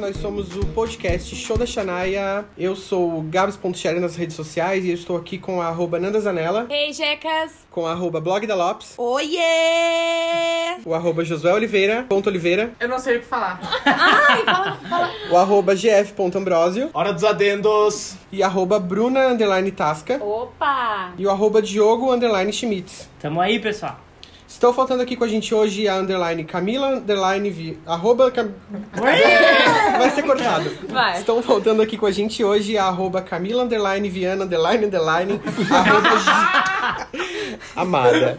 nós somos o podcast Show da Xanaia. Eu sou o Gabs.Sherry nas redes sociais e eu estou aqui com a arroba Nanda Zanella, Ei, Jecas! com a arroba Blog da Lopes, Oiê! o arroba Josué Oliveira, ponto Oliveira, Eu não sei o que falar. Ai, fala, fala. o arroba gf.ambrosio Hora dos adendos. e arroba Bruna underline Tasca Opa! e o arroba Diogo underline Schmitz. Tamo aí, pessoal. Estão faltando aqui com a gente hoje a underline Camila, underline vi, arroba Cam- Vai ser cortado. Vai. Estão voltando aqui com a gente hoje a arroba Camila Underline, Viana Underline, Underline, arroba Gi- Amada.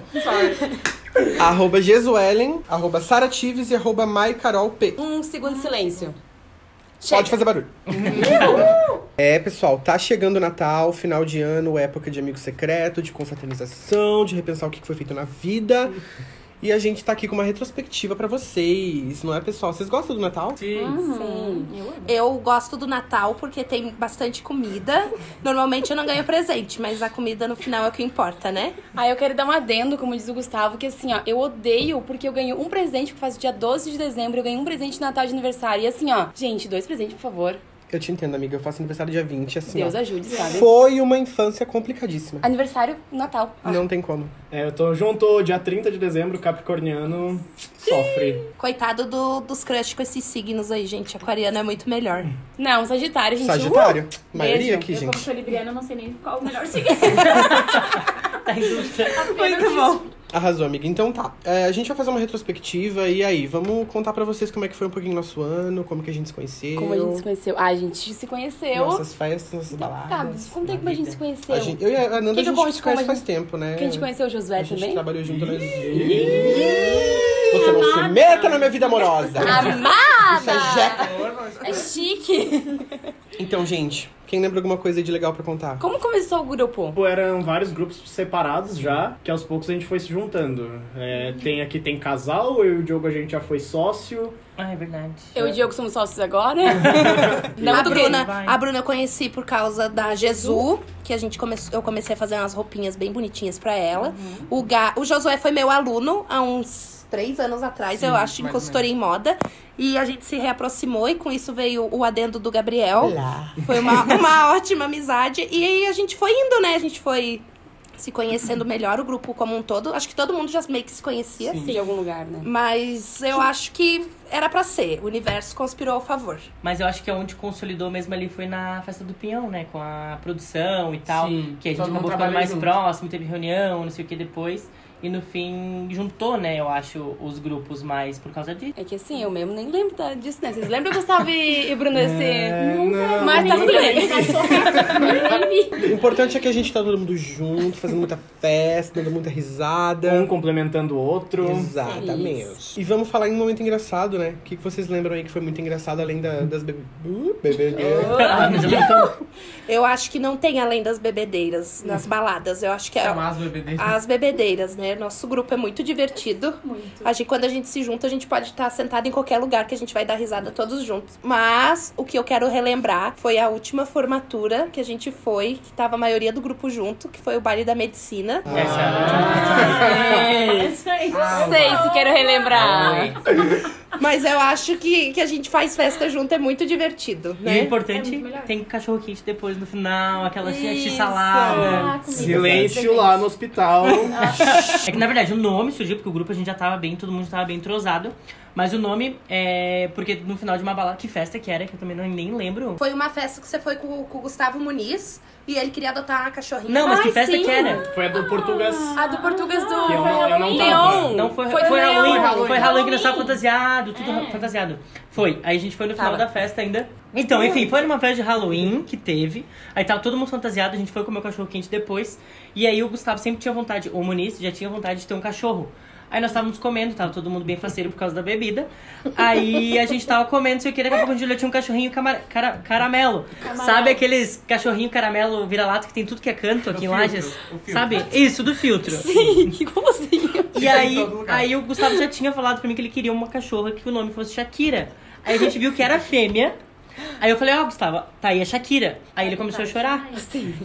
Arroba Jesuelen, arroba Sara Tives e arroba Mai Carol P. Um segundo Hum. de silêncio. Pode fazer barulho. é, pessoal, tá chegando o Natal, final de ano, época de amigo secreto, de confraternização, de repensar o que foi feito na vida. E a gente tá aqui com uma retrospectiva pra vocês, não é, pessoal? Vocês gostam do Natal? Uhum. Sim. Sim. Eu gosto do Natal porque tem bastante comida. Normalmente eu não ganho presente, mas a comida no final é o que importa, né? Ah, eu quero dar um adendo, como diz o Gustavo, que assim, ó, eu odeio porque eu ganho um presente que faz dia 12 de dezembro, eu ganho um presente de Natal de aniversário. E assim, ó, gente, dois presentes, por favor. Eu te entendo, amiga. Eu faço aniversário dia 20, assim. Deus ó. ajude, sabe? Foi uma infância complicadíssima. Aniversário, Natal. Ah. Não tem como. É, eu tô junto, dia 30 de dezembro, Capricorniano sofre. Coitado do- dos crush com esses signos aí, gente. Aquariano é muito melhor. Não, Sagitário, gente. Sagitário? maioria Beijo. aqui, eu, como gente. sou libriana, não sei nem qual o melhor signo. Tá injusto. Muito bom. Arrasou, amiga. Então tá. É, a gente vai fazer uma retrospectiva e aí, vamos contar pra vocês como é que foi um pouquinho nosso ano, como que a gente se Uh, conheceu. Como a gente se conheceu? Ah, a gente se conheceu. Nossas festas, nossas baladas. Gabs, conta aí como a gente se conheceu. A gente- eu e a Nanda, Que a que gente bom, se como a conhece faz tempo, né? Que a gente conheceu o Josué A gente também? trabalhou junto nós. Você não se meta na minha vida amorosa! Isso é jeca. É chique! Então, gente, quem lembra alguma coisa aí de legal pra contar? Como começou o grupo? Tipo, eram vários grupos separados já, que aos poucos a gente foi se juntando. É, tem aqui, tem casal, eu e o Diogo a gente já foi sócio. Ah, é verdade. Eu e o Diogo somos sócios agora? a, Não, do quê? Bruna, Vai. a Bruna eu conheci por causa da Jesus, que a gente come, eu comecei a fazer umas roupinhas bem bonitinhas pra ela. Uhum. O, Ga, o Josué foi meu aluno há uns três anos atrás, eu acho, em mais ou consultoria em moda. E a gente se reaproximou e com isso veio o adendo do Gabriel. Foi uma, uma ótima amizade. E aí a gente foi indo, né? A gente foi se conhecendo melhor, o grupo como um todo. Acho que todo mundo já meio que se conhecia. De algum lugar, né? Mas eu acho que era pra ser. O universo conspirou ao favor. Mas eu acho que é onde consolidou mesmo ali foi na festa do Pinhão, né? Com a produção e tal. Sim, que a gente todo mundo acabou ficando trabalhou mais junto. próximo, teve reunião, não sei o que depois. E no fim juntou, né, eu acho, os grupos mais por causa disso. É que assim, eu mesmo nem lembro da- disso, né? Vocês lembram, Gustavo e, e Bruno, desse... É, não. Mas tá tudo bem. O importante é que a gente tá todo mundo junto, fazendo muita festa, dando muita risada. Um complementando o outro. Exatamente. E vamos falar em um momento engraçado, né? O que que vocês lembram aí que foi muito engraçado, além da- das bebê... Uh, Oh. bebedeira. Ah, mas eu não tô- Eu acho que não tem além das bebedeiras nas baladas. Eu acho que é Chamar as bebedeiras. as bebedeiras, né? Nosso grupo é muito divertido. Muito. A gente, quando a gente se junta, a gente pode estar sentado em qualquer lugar que a gente vai dar risada todos juntos. Mas o que eu quero relembrar foi a última formatura que a gente foi, que tava a maioria do grupo junto, que foi o baile da medicina. Essa é a- é Essa aí. Não sei É. se quero relembrar. Mas eu acho que, que a gente faz festa junto é muito divertido, E o né? importante, É muito melhor. tem cachorro quente depois no final, aquela Isso. x-salada. Ah, comida. Silêncio lá no hospital. Ah, É que na verdade o nome surgiu porque o grupo a gente já tava bem, todo mundo já tava bem entrosado. Mas o nome é porque no final de uma balada, que festa que era, que eu também não, nem lembro. Foi uma festa que você foi com, com o Gustavo Muniz e ele queria adotar uma cachorrinha. Não, mas que Ai, festa sim. que era? Foi a do Portugas. A do Português do... Ah, Que eu não- eu não tava. Leon. Não, foi, Foi foi, do Leão. Halloween, Foi Halloween. foi Halloween que nós tava Halloween. fantasiado, tudo ra- fantasiado. Foi, aí a gente foi no final Tava. da festa ainda. Então, enfim, foi numa festa de Halloween que teve. Aí tava todo mundo fantasiado, a gente foi comer o cachorro quente depois. E aí o Gustavo sempre tinha vontade, o Muniz já tinha vontade de ter um cachorro. Aí nós estávamos comendo, tava todo mundo bem faceiro por causa da bebida. Aí a gente tava comendo, não sei o que, daqui a pouco a Julia tinha um cachorrinho camar- cara- caramelo. Sabe aqueles cachorrinho caramelo vira-lata que tem tudo que é canto aqui em filtro, Lages? o filtro. Sabe? Isso, do filtro. Como assim? E Tá em aí, todo lugar. aí o Gustavo já tinha falado pra mim que ele queria uma cachorra que o nome fosse Shakira. Aí a gente viu que era fêmea. Aí eu falei, ó, Gustavo, tá aí a Shakira. Aí ele começou a chorar.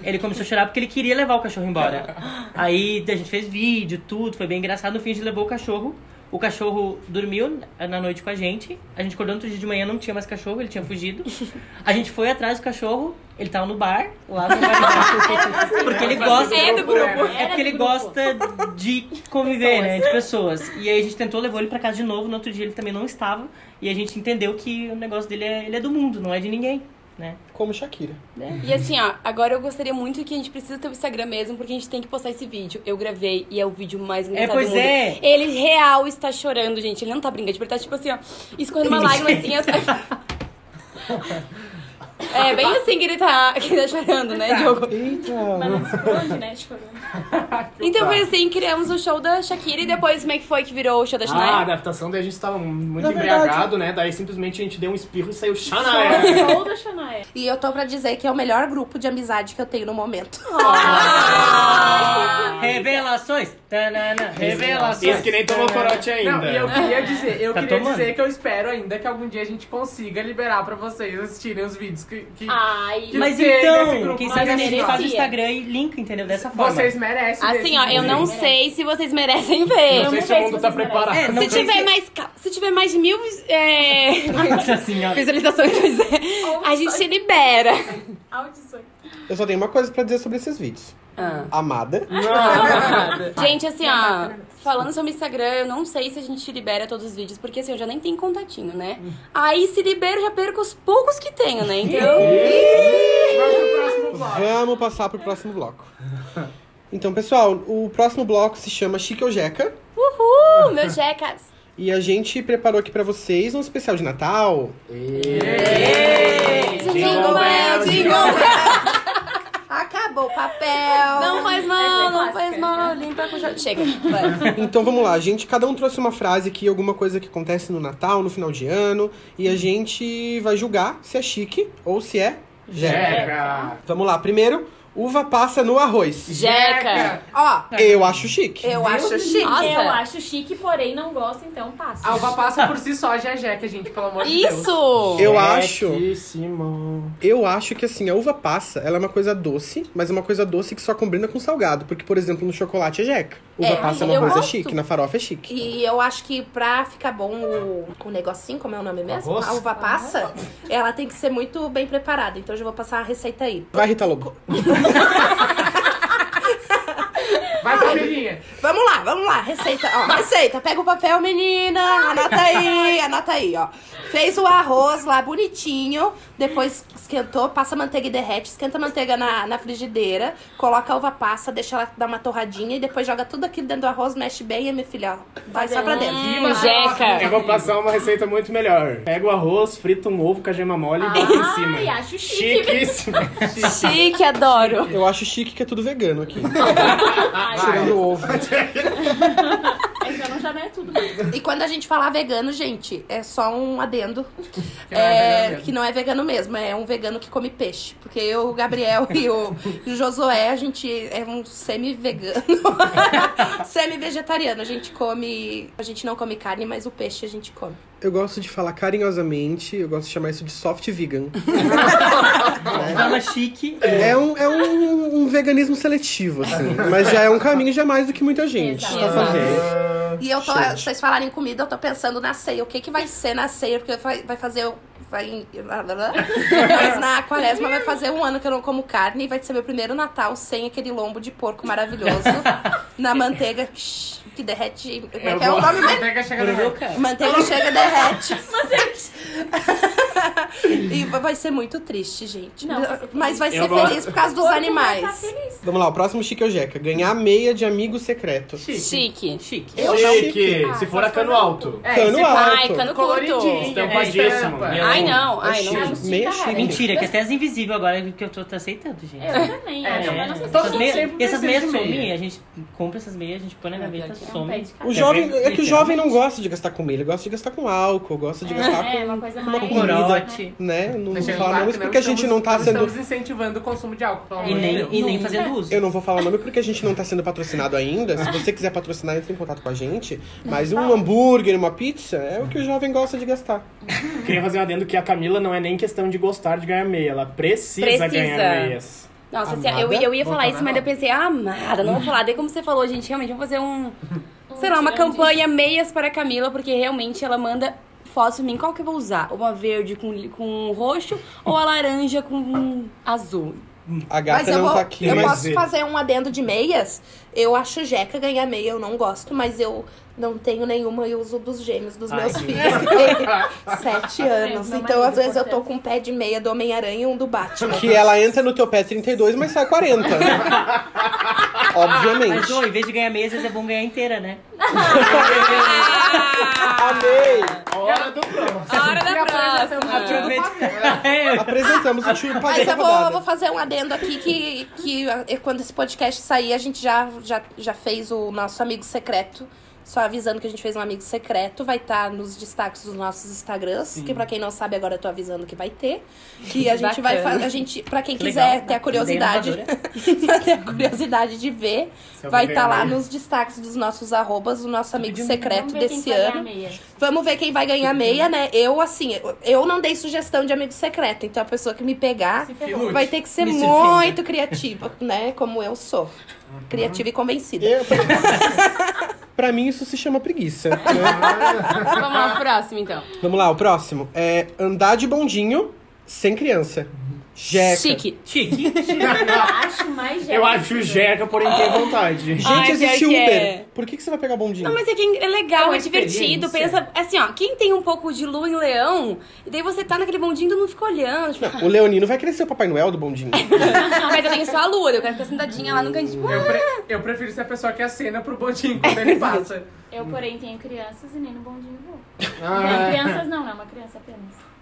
Ele começou a chorar porque ele queria levar o cachorro embora. Aí a gente fez vídeo, tudo, foi bem engraçado. No fim, a gente levou o cachorro. O cachorro dormiu na noite com a gente. A gente acordou no outro dia de manhã, não tinha mais cachorro, ele tinha fugido. A gente foi atrás do cachorro, ele tava no bar, lá no bar. assim, porque ele gosta. É do grupo. É porque ele gosta de conviver, né? De pessoas. E aí a gente tentou levar ele pra casa de novo, no outro dia ele também não estava. E a gente entendeu que o negócio dele é, ele é do mundo, não é de ninguém, né? É. Como Shakira. E assim, ó, agora eu gostaria muito que a gente precisa ter o Instagram mesmo, porque a gente tem que postar esse vídeo. Eu gravei e é o vídeo mais engraçado pois do mundo. é. Ele real está chorando, gente. Ele não tá brincando, ele tá tipo assim, ó, escorrendo uma lágrima assim. As... É bem assim que ele tá, que ele tá chorando, né, Diogo? Mas não esconde, né? Tipo, Então foi assim, criamos o show da Shakira e depois como é que foi que virou o show da Ah, a Shania? adaptação, daí a gente tava muito Na verdade- embriagado, né? Daí simplesmente a gente deu um espirro e saiu Xanaé. show da Shania. E eu tô pra dizer que é o melhor grupo de amizade que eu tenho no momento. Ah. Revelações! Tanana, revelações! Isso que nem tomou corote ainda. É. Não, e eu queria dizer, eu Tá queria tomando. dizer que eu espero ainda que algum dia a gente consiga liberar pra vocês assistirem os vídeos que, que Ai, Que Mas tem nesse então, grupo, quem mas sabe a gente merecia. faz o Instagram e linka, entendeu? Dessa forma. vocês merecem. Assim, ó, desde eu não inclusive. sei se vocês merecem ver. Não sei Vamos se ver o se mundo tá vocês preparado. É, não Se tiver mais, ca- se tiver mais de mil é, assim, ó. visualizações, a gente se libera. audições. Eu só tenho uma coisa pra dizer sobre esses vídeos. Amada. Gente, assim, ó, falando sobre Instagram, eu não sei se a gente libera todos os vídeos, porque assim, eu já nem tenho contatinho, né? Aí se libero, já perco os poucos que tenho, né? Então. Vamos pro próximo bloco. Vamos passar pro próximo bloco. Então, pessoal, o próximo bloco se chama Chique ou Jeca. Uhul, meu Jecas! E a gente preparou aqui pra vocês um especial de Natal. Jingle bell, jingle bell. Acabou o papel. Não faz mal, Essa é não faz clássica. mal, limpa com jo- Chega, vai. Então vamos lá, gente. Cada um trouxe uma frase aqui, alguma coisa que acontece no Natal, no final de ano. E a gente vai julgar se é chique ou se é jeca. Jeca. Vamos lá, primeiro, uva passa no arroz. Jeca! Ó, Eu acho chique. eu acho chique. Nossa. Eu acho chique, porém não gosto, então passa. A uva passa por si só, já é jeca, gente, pelo amor de Deus. Isso! Eu acho. Jequíssimo. Eu acho que assim, a uva passa, ela é uma coisa doce, mas é uma coisa doce que só combina com salgado. Porque, por exemplo, no chocolate é jeca. Uva É, passa é eu uma coisa gosto. chique, na farofa é chique. E eu acho que pra ficar bom o, o negocinho, como é o nome mesmo? Arroz? A uva passa, ela tem que ser muito bem preparada. Então eu já vou passar a receita aí. Vai, Rita Lobo. Vai, Camilinha. Vamos lá, vamos lá. Receita, ó. Receita. Pega o papel, menina. Anota aí, anota aí, ó. Fez o arroz lá bonitinho. Depois esquentou, passa a manteiga e derrete. Esquenta a manteiga na, na frigideira. Coloca a uva passa, deixa ela dar uma torradinha. E depois joga tudo aquilo dentro do arroz, mexe bem. E minha filha, ó, vai só pra dentro. Hum, Jeca! Eu vou passar uma receita muito melhor. Pega o arroz, frita um ovo com a gema mole e põe Ah, em cima. Ai, acho chique. Chiquíssimo. Chique, adoro! Eu acho chique que é tudo vegano aqui. Ah, Ai, Tirando o ovo. então já não é tudo bem. E quando a gente falar vegano, gente, é só um adendo. Que não é vegano mesmo. É, que não é vegano mesmo, é um vegano que come peixe. Porque eu, o Gabriel e o, e o Josué, a gente é um semi-vegano. semi-vegetariano. A gente come. A gente não come carne, mas o peixe a gente come. Eu gosto de falar carinhosamente, eu gosto de chamar isso de soft vegan. Fala chique. É um, é um, um veganismo seletivo, assim. Mas já é um caminho já mais do que muita gente tá Exato. fazendo. E eu tô. Gente. Vocês falarem comida, eu tô pensando na ceia. O que, que vai ser na ceia? Porque vai, vai fazer. o- Vai. Mas na quaresma vai fazer um ano que eu não como carne e vai ser meu primeiro Natal sem aquele lombo de porco maravilhoso na manteiga que derrete. Como é que é o nome mesmo? Manteiga chega no meu. Manteiga chega e derrete. e vai ser muito triste, gente. Não, vai ser feliz. Mas vai ser Eu gosto. feliz por causa dos Tá animais. feliz. Vamos lá, o próximo chique é o Jeca. Ganhar meia de amigo secreto. Chique! Chique. Eu acho Chique. Ah, Se for a só cano cano alto. É, Cano se alto. fala- Ai, cano curto! é Coloridinho. um É, Estampadíssimo. estampa. Ai, não, ai, não. Ah, você Meia tá É chique. errado. Mentira, que é até as invisíveis agora que eu tô, tô aceitando, gente. Eu também, acho, mas não sei se É, Todo Essas, mundo meias- sempre essas precisa meias de somem, meia. a gente compra essas meias, a gente põe na gaveta, é um um não some. pede O café. jovem, é que o jovem não gosta de gastar com milho, ele gosta de gastar com álcool, gosta de gastar É, tá com, uma coisa com mais- comida, né? Não vou Deixando falar claro nomes que porque a gente não tá estamos- sendo... Estamos incentivando o consumo de álcool, pelo amor E de nem, Deus. e nem fazendo uso. Eu não vou falar nome porque a gente não tá sendo patrocinado ainda. Se você quiser patrocinar, entre em contato com a gente. Mas um hambúrguer, uma pizza, é o que o jovem gosta de gastar. Queria fazer um adendo que a Camila não é nem questão de gostar de ganhar meia. Ela precisa, Precisa. ganhar meias. Nossa, assim, Amada, eu, eu ia falar botar isso, na mas daí eu pensei, ah, amada, não vou falar. Daí como você falou, gente, realmente, vamos fazer um... sei lá, uma Tirando campanha meias para a Camila, porque realmente ela manda fotos pra mim. Qual que eu vou usar? Uma verde com, li- com roxo ou a laranja Hum, com um azul? A Mas gata eu, não vou, tá aqui, eu mas posso fazer um adendo de meias. Eu acho jeca ganhar meia, eu não gosto, mas eu não tenho nenhuma e uso dos gêmeos dos Ai, meus que filhos, que têm sete anos. meu Então, marido, às vezes, eu tô portanto. com um pé de meia do Homem-Aranha e um do Batman. que é ela entra no teu pé 32, mas sai 40. Mas, Obviamente. ô, em vez de ganhar meia, às vezes é bom ganhar inteira, né? Amei! Hora do próximo. Hora da um próxima. Aproveita. É, Apresentamos Ah, o tio Mas padrão tá eu da vou, rodada. vou fazer um adendo aqui que, que eh, quando esse podcast sair, a gente já, já, já fez o nosso amigo secreto. Só avisando que a gente fez um amigo secreto, vai estar nos destaques dos nossos Instagrams, que pra quem não sabe agora eu tô avisando que vai ter. Que a gente vai Bacana. fa- a gente, para quem Que quiser legal. ter a curiosidade, Bem é ter a curiosidade de ver, Se alguém vai estar ganhar lá meia. nos destaques dos nossos arrobas, o nosso amigo secreto Vamos ver quem desse vai ganhar ano. meia. Vamos ver quem vai ganhar meia, né? Eu, assim, eu não dei sugestão de amigo secreto, então a pessoa que me pegar Se ferrou. vai ter que ser Me surpreenda. muito criativa, né? Como eu sou. Criativa e convencida. Eu- Pra mim, isso se chama preguiça. né? Vamos lá, próximo então. Vamos lá, o próximo. É andar de bondinho sem criança. Jeca. Chique. chique. Eu acho mais Eu acho jeca, porém tem vontade. Gente, Ai, existe pior que Uber. é. Por que, que você vai pegar bondinho? Não, mas é que é legal, uma é, divertido. experiência. Pensa, assim, ó, quem tem um pouco de lua em leão, e daí você tá naquele bondinho e todo mundo fica olhando. Tipo, O Leonino vai crescer o Papai Noel do bondinho. mas eu tenho só a lua, eu quero ficar sentadinha lá no canto, tipo, Eu, pre- eu prefiro ser a pessoa que acena pro bondinho quando ele passa. Eu, porém, tenho crianças e nem no bondinho vou. Não, Ah, crianças não, não, é uma criança apenas.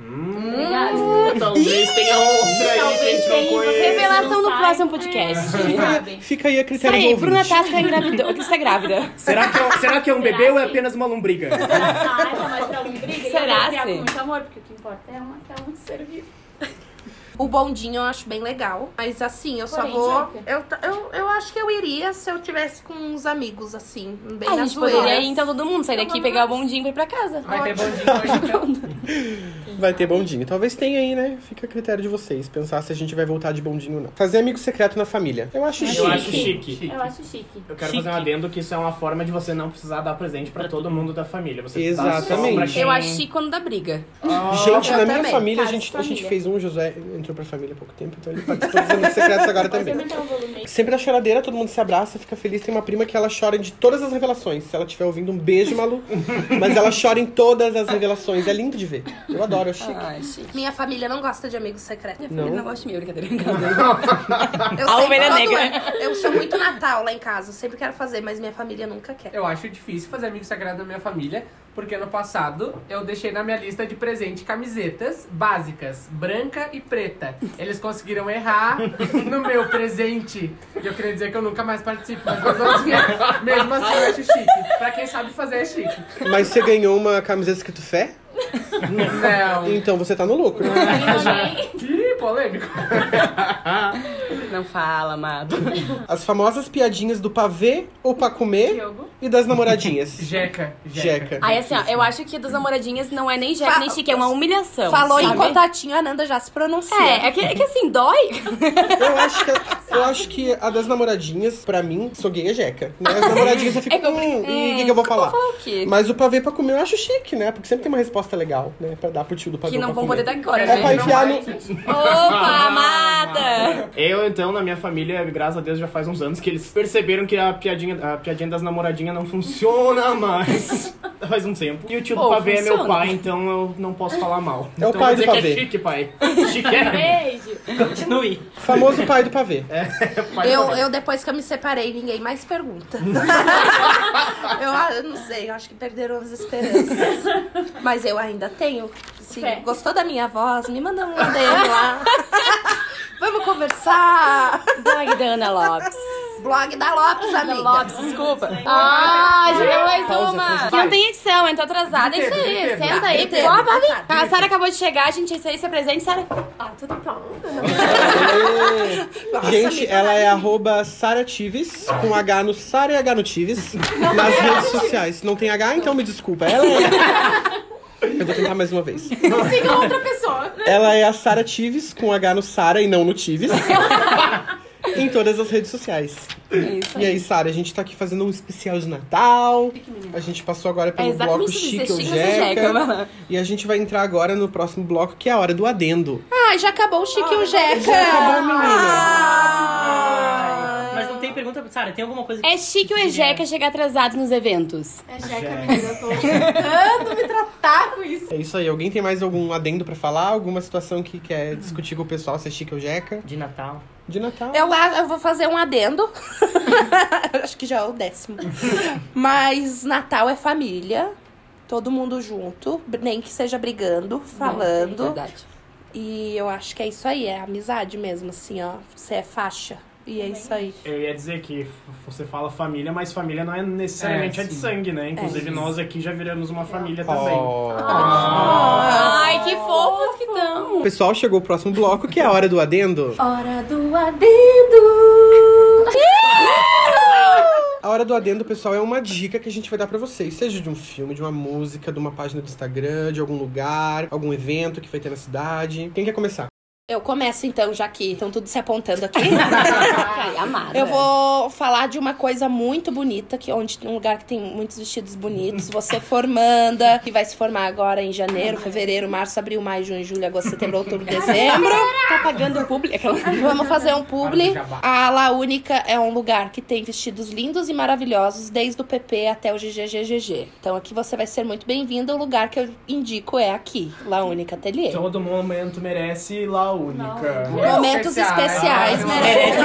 hum, Obrigada. talvez tenha outra aí que a gente não tenha, você vê conheça. lá. revelação no Sai. próximo podcast. Sabe? Fica aí a Isso critério do aí, ouvinte. Bruna Tasca engravidou, que está grávida. Ah, Será que, é, um- será que é um Será bebê ou é sim? apenas uma lombriga? Ah, tá mais pra um briga. Será, e eu vou criar sim? com muito amor, porque o que importa é uma, que é um ser vivo. O bondinho eu acho bem legal, mas assim, eu só Porém, vou. Jeca. Eu, ta- eu, eu acho que eu iria se eu tivesse com uns amigos, assim, bem A na gente poderia zoeira. ir, então, todo mundo sair daqui, pegar o bondinho e ir pra casa. Vai ter bondinho hoje, então. Vai ter bondinho. Talvez tenha aí, né? Fica a critério de vocês. Pensar se a gente vai voltar de bondinho ou não. Fazer amigo secreto na família. Eu acho chique. Eu acho chique. Eu acho chique. Eu quero Chique. fazer um adendo que isso é uma forma de você não precisar dar presente pra todo mundo da família. Você Dá só Exatamente. pra quem... Eu achei quando dá briga. Gente, Eu na minha também, família, a caso gente, a gente família. fez um, o José entrou pra família há pouco tempo, então ele participou dos amigos secretos agora Pode também. aumentar o volume aí. Sempre na choradeira, todo mundo se abraça, fica feliz. Tem uma prima que ela chora de todas as revelações. Se ela estiver ouvindo, um beijo, Malu. Mas ela chora em todas as revelações. É lindo de ver. Eu adoro, eu chique. Ai, chique. Minha família não gosta de amigo secreto. Minha família não gosta de mim, brincadeira. Eu A sei ovelha todo negra. ano- Eu sou muito Natal lá em casa, eu sempre quero fazer, mas minha família nunca quer. Eu acho difícil fazer amigo sagrado na minha família, porque ano passado eu deixei na minha lista de presente camisetas básicas, branca e preta. Eles conseguiram errar no meu presente. E eu queria dizer que eu nunca mais participo, mas mesmo assim, mesmo assim eu acho chique. Pra quem sabe fazer é chique. Mas você ganhou uma camiseta escrito fé? Não. Então você tá no lucro. Ninguém- Ih, polêmico. Não fala, amado. As famosas piadinhas do pavê ou pra comer Diogo. e das namoradinhas. Jeca. Jeca. Aí, assim, ó, eu acho que dos namoradinhas não é nem jeca, nem chique, é uma humilhação. Falou em sabe? contatinho, a Nanda já se pronunciou. É, é que, é que assim, dói. Eu acho que a, eu acho que a das namoradinhas, pra mim, sou gay é jeca. Né? As namoradinhas eu fico, É compli- hum, e o que, que eu vou falar? Falar o quê? Mas o pavê pra comer eu acho chique, né? Porque sempre tem uma resposta legal, né? Pra dar pro tio do pavê Que não pra vão comer. poder dar agora, É pra né? enfiar no... Opa, amada! Eu, então, na minha família, graças a Deus, já faz uns anos que eles perceberam que a piadinha, a piadinha das namoradinhas não funciona mais. faz um tempo. E o tio do Pô, pavê é meu funciona. pai, então eu não posso falar mal. É o então, pai vou dizer do que pavê. é chique, pai. Chique é. Beijo. Continue. Famoso pai do pavê. pai do Eu, pavê. eu, depois que eu me separei, ninguém mais pergunta. eu, ah, eu não sei, eu acho que perderam as esperanças. Mas eu ainda tenho. Se Fé. gostou da minha voz, me manda um DM lá. Vamos conversar. Dói da Ana Lopes. Blog da Lopes, amiga. Lopes, desculpa. Ah, já deu mais uma. Que não tem edição, hein? Tô atrasada. É isso aí. Entendo, Senta aí. entendo. Ó, a Barbie. A Sara acabou de chegar, gente. Isso aí, se presente, Sara. Ah, tudo bom? né? Nossa, Gente, amiga, ela é arroba Sara Tives, com H no Sara e H no Tives, nas é redes sociais. Não tem H, então me desculpa. Ela é... Eu vou tentar mais uma vez. Siga outra pessoa. Ela é a Sara Tives, com H no Sara e não no Tives. em todas as redes sociais. É isso E aí, Sara, a gente tá aqui fazendo um especial de Natal. Pique, menino. A gente passou agora É pelo bloco exatamente isso. Chique Você ou chica, você jeca. Jeca. vai lá. E a gente vai entrar agora no próximo bloco, que é a hora do adendo. Ah, Ai, já acabou o Chique e o Jeca. Já acabou, Ah. Mas não tem pergunta. Sara, tem alguma coisa que. É chique o Ejeca chegar atrasado nos eventos. É Jeca, menina, eu tô tentando me tratar com isso. É isso aí. Alguém tem mais algum adendo pra falar? Alguma situação que quer discutir com o pessoal, se é chique ou jeca? De Natal. De Natal. Eu, a- eu vou fazer um adendo. Acho que já é o décimo. Mas Natal é família. Todo mundo junto. Nem que seja brigando, falando. Verdade. E eu acho que é isso aí. É amizade mesmo, assim, ó. Você é faixa. E é isso aí. Eu ia dizer que f- você fala família, mas família não é necessariamente É, a de sim. sangue, né? Inclusive É. nós aqui já viramos uma família também. Oh. Ah. Ai, que fofos que estão. O pessoal chegou o próximo bloco, que é a hora do adendo. Hora do adendo. A hora do adendo, pessoal, é uma dica que a gente vai dar pra vocês, seja de um filme, de uma música, de uma página do Instagram, de algum lugar, algum evento que vai ter na cidade. Quem quer começar? Eu começo então, já que estão tudo se apontando aqui. Ai, amada. Eu vou falar de uma coisa muito bonita, que onde um lugar que tem muitos vestidos bonitos. Você formanda, que vai se formar agora em janeiro, fevereiro, março, abril, maio, junho, julho, agosto, setembro, outubro, dezembro. Tá pagando o público. Aquela... Vamos fazer um publi. Para o jabá. A La Única é um lugar que tem vestidos lindos e maravilhosos, desde o PP até o GGGGG. Então aqui você vai ser muito bem-vindo. O lugar que eu indico é aqui, La Única Então, Ateliê. Todo momento merece La Única. Ah, é. Não. Momentos Ah, especiais, é. merece.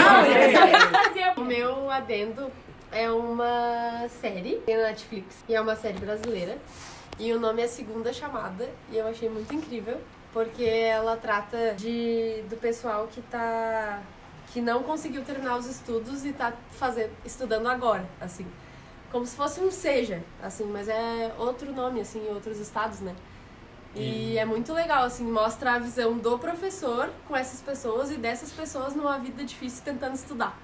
O meu adendo é uma série tem na Netflix e é uma série brasileira. E o nome é Segunda Chamada e eu achei muito incrível porque ela trata de do pessoal que tá que não conseguiu terminar os estudos e tá fazendo estudando agora, assim. Como se fosse um seja, assim, mas é outro nome assim, em outros estados, né? E é muito legal, assim, mostra a visão do professor com essas pessoas e dessas pessoas numa vida difícil tentando estudar.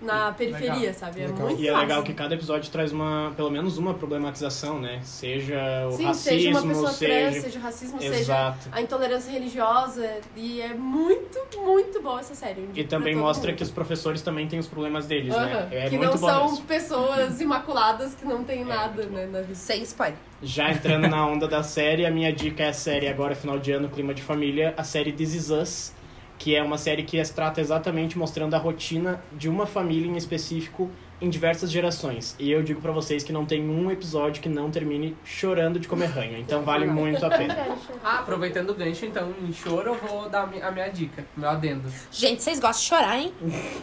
Na periferia, sabe? É Legal. muito E é massa. legal que cada episódio traz uma, pelo menos uma problematização, né? Seja o Sim, racismo, seja uma pessoa seja. trans, seja o racismo, seja Exato. a intolerância religiosa. E é muito, muito bom essa série. eu E indico pra também todo mostra mundo. que os professores também têm os problemas deles, Aham, né? É que muito não bom são mesmo. pessoas imaculadas que não têm nada muito né, na vida. Sem spoiler. Já entrando na onda da série, a minha dica é a série agora, final de ano, clima de família, a série This Is Us, que é uma série que se trata exatamente mostrando a rotina de uma família em específico em diversas gerações. E eu digo pra vocês que não tem um episódio que não termine chorando de comer ranho, então vale muito a pena. Ah, aproveitando o gancho, então, em choro, eu vou dar a mi- a minha dica, meu adendo. Gente, vocês gostam de chorar, hein?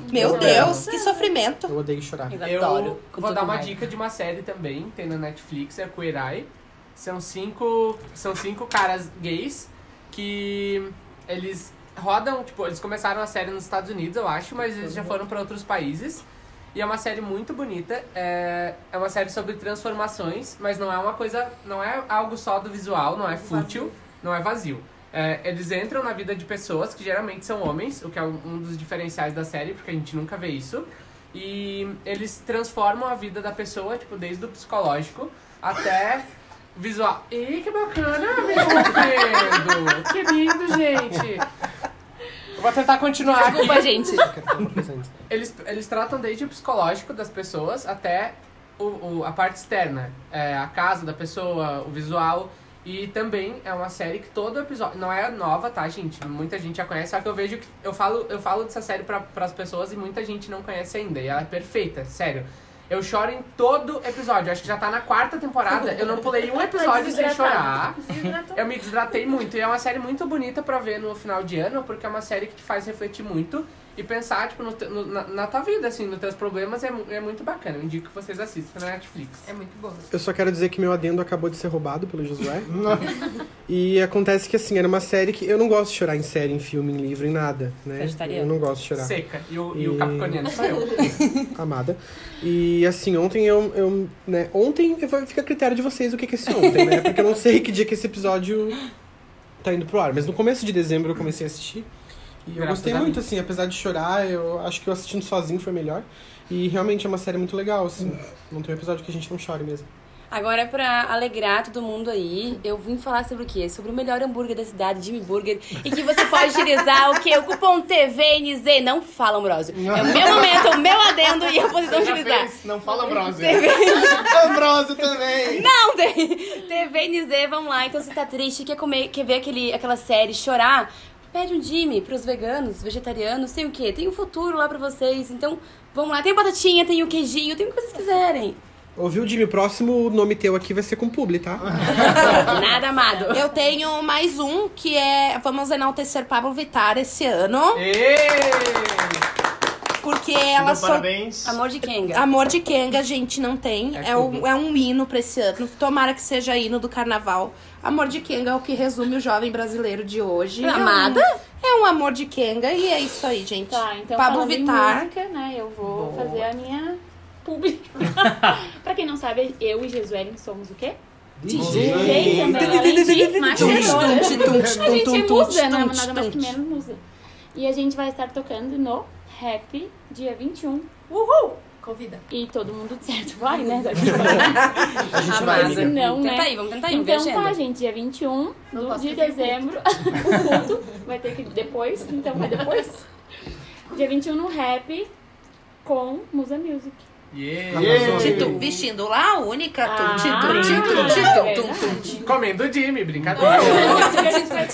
Meu Eu Deus, que sofrimento. Eu odeio chorar. Eu vou dar uma dica de uma série também, tem na Netflix, é Queerai. São cinco, são cinco caras gays que eles rodam, tipo, eles começaram a série nos Estados Unidos, eu acho, mas eles já Uhum. foram pra outros países. E é uma série muito bonita, é, é uma série sobre transformações, mas não é uma coisa, não é algo só do visual, não é fútil, não é vazio. É, eles entram na vida de pessoas que geralmente são homens, o que é um um dos diferenciais da série, porque a gente nunca vê isso. E eles transformam a vida da pessoa, tipo, desde o psicológico até visual. Ih, que bacana, meu Pedro! Que lindo, gente! Eu vou tentar continuar aqui. Desculpa, gente. Quero falar uma coisa antes. Eles, eles tratam desde o psicológico das pessoas até o, o- a parte externa. É, a casa da pessoa, o visual. E também é uma série que todo episódio. Não é nova, tá, gente? Muita gente já conhece, só que eu vejo que. Eu falo, eu falo dessa série pra, pras pessoas e muita gente não conhece ainda. E ela é perfeita, sério. Eu choro em todo episódio. Acho que já tá na quarta temporada. Eu não pulei um episódio sem chorar. Eu me desidratei muito. E é uma série muito bonita pra ver no final de ano, porque é uma série que te faz refletir muito e pensar, tipo, no te- no- na, na tua vida, assim, nos teus problemas. É, mu- é muito bacana. Eu indico que vocês assistam na Netflix. É muito bom. Eu só quero dizer que meu adendo acabou de ser roubado pelo Josué. e acontece que, assim, era uma série que... Eu não gosto de chorar em série, em filme, em livro, em nada, né? Sagitariano. Eu não gosto de chorar. Seca. E o, e E- o Capricorniano sou eu. amada. E assim, ontem eu. eu, né, ontem eu vou- fica a critério de vocês o que, que é esse ontem, né? Porque eu não sei que dia que esse episódio tá indo pro ar. Mas no começo de dezembro eu comecei a assistir. E eu Graças gostei a muito, Deus. assim, apesar de chorar, eu acho que eu assistindo sozinho foi melhor. E realmente é uma série muito legal, assim. Não tem um episódio que a gente não chore mesmo. Agora, pra alegrar todo mundo aí, eu vim falar sobre o quê? Sobre o melhor hambúrguer da cidade, Jimmy Burger. E que você pode utilizar o quê? O cupom TVNZ. Não fala, Ambrosio. É o meu momento, o meu adendo e eu vocês vão Já utilizar. fez? Não fala Ambrosio. Ambrosio também. Não tem! TVNZ, vamos lá. Então, se tá triste, quer comer, quer ver aquele, aquela série, chorar, pede um Jimmy pros veganos, vegetarianos, tem o quê? Tem o futuro lá pra vocês. Então, vamos lá. Tem batatinha, tem o queijinho, tem o que vocês quiserem. Ouviu, Jimmy? O próximo nome teu aqui vai ser com publi, tá? Ah, Nada amado. Eu tenho mais um que é. Vamos enaltecer Pablo Vittar esse ano. Ê! Porque ela Então, sol... Parabéns. Amor de Kenga. Amor de Kenga, gente, não tem. É, um, é um hino pra esse ano. Tomara que seja hino do carnaval. Amor de Kenga é o que resume o jovem brasileiro de hoje. Amada? É um, é um amor de Kenga e é isso aí, gente. Tá, então Pablo falando em Vittar. música, né? Eu vou Boa. fazer a minha publi. pra quem não sabe, eu e Jesuelen somos o quê? DJ também, além de maquiadora. A gente é musa, não é nada mais que menos musa. E a gente vai estar tocando no Rap, dia 21. Uhul! Convida. E todo mundo, certo, vai, né? A gente Amada. vai, Mas né? não, Tenta né? aí, vamos tentar aí, vamos ver a Então tá, agenda. gente, dia 21 Não do, posso de perder dezembro, o culto vai ter que ir depois, então vai depois. Dia 21 no Rap com Musa Music. Yeah. Yeah. Titu, vestindo lá a única. Tum, Ah, titu, titu, verdade. titu, tum, tum. Comendo o Jimmy, brincadeira.